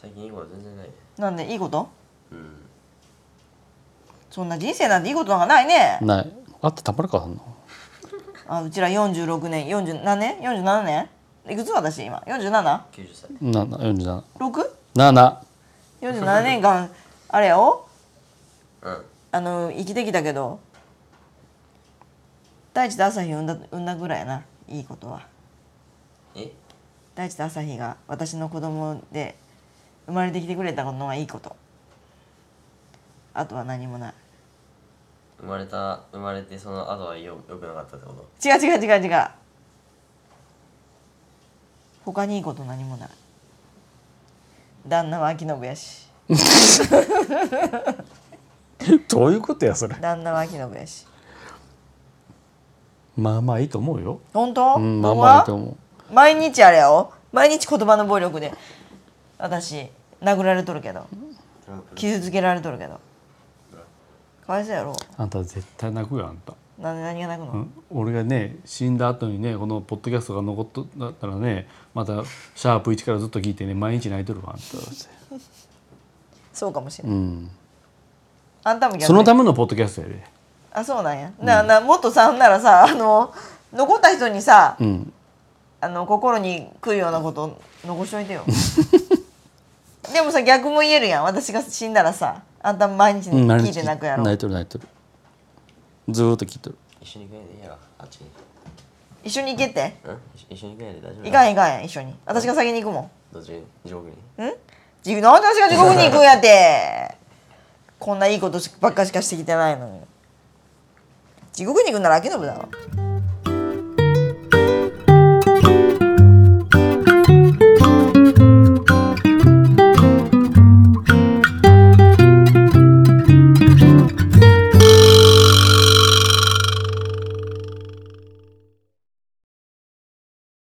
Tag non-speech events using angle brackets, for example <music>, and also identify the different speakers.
Speaker 1: 最近いいこと全然ないね
Speaker 2: なんでいいこと
Speaker 1: うん
Speaker 2: そんな人生なんていいことなんかないね
Speaker 3: ないあってたまるかそんな
Speaker 2: あうちら46年40何年47年いくつ私今 47?6?47
Speaker 1: 90歳
Speaker 3: 7 47
Speaker 2: 47
Speaker 1: <laughs>
Speaker 2: 年間あれよ
Speaker 1: うん
Speaker 2: あの生きてきたけど大地と朝日を産んだ産んだぐらいやないいことは
Speaker 1: え
Speaker 2: 大地と朝日が私の子供で生まれてきてくれたのはいいことあとは何もない
Speaker 1: 生まれた生まれてその後はよよくなかったってこと
Speaker 2: 違う違う違う違う他にいいこと何もない旦那は秋信やし
Speaker 3: どういうことやそれ
Speaker 2: 旦那は秋信やし
Speaker 3: まあまあいいと思うよ
Speaker 2: 本当、
Speaker 3: うんまあまあいいと
Speaker 2: ほんま
Speaker 3: 思
Speaker 2: 毎日あれやお毎日言葉の暴力で私殴られとるけど
Speaker 1: トランプ
Speaker 2: 傷つけられとるけどかわいそうやろ
Speaker 3: うあんた絶対泣くよあんた、
Speaker 2: なんで何が泣くの、
Speaker 3: うん、俺がね死んだ後にねこのポッドキャストが残っとったらねまたシャープ1からずっと聞いてね毎日泣いとるわあんた
Speaker 2: そうかもしれない、
Speaker 3: うん
Speaker 2: あんたも逆に
Speaker 3: そのためのポッドキャストやで
Speaker 2: あそうなんやななもっとさほんならさあの残った人にさ、
Speaker 3: うん
Speaker 2: あの心に来るようなこと残しといてよ <laughs> でもさ逆も言えるやん私が死んだらさあんた毎日
Speaker 3: うん毎日
Speaker 2: 聞いて泣くやろ、
Speaker 3: 泣いとる泣いとるずーっと聞いとる
Speaker 1: 一緒に行くんやでいいやろあっちに
Speaker 2: 一緒に行けって
Speaker 1: うん一緒一緒に行くんやで大丈夫
Speaker 2: 行か
Speaker 1: ん
Speaker 2: へん行かへん一緒に私が先に行くも
Speaker 1: どっちに地獄に
Speaker 2: んん自分なんで私が地獄に行くんやってこんないいことばっかしかしてきてないのに地獄に行くんなら秋信だわ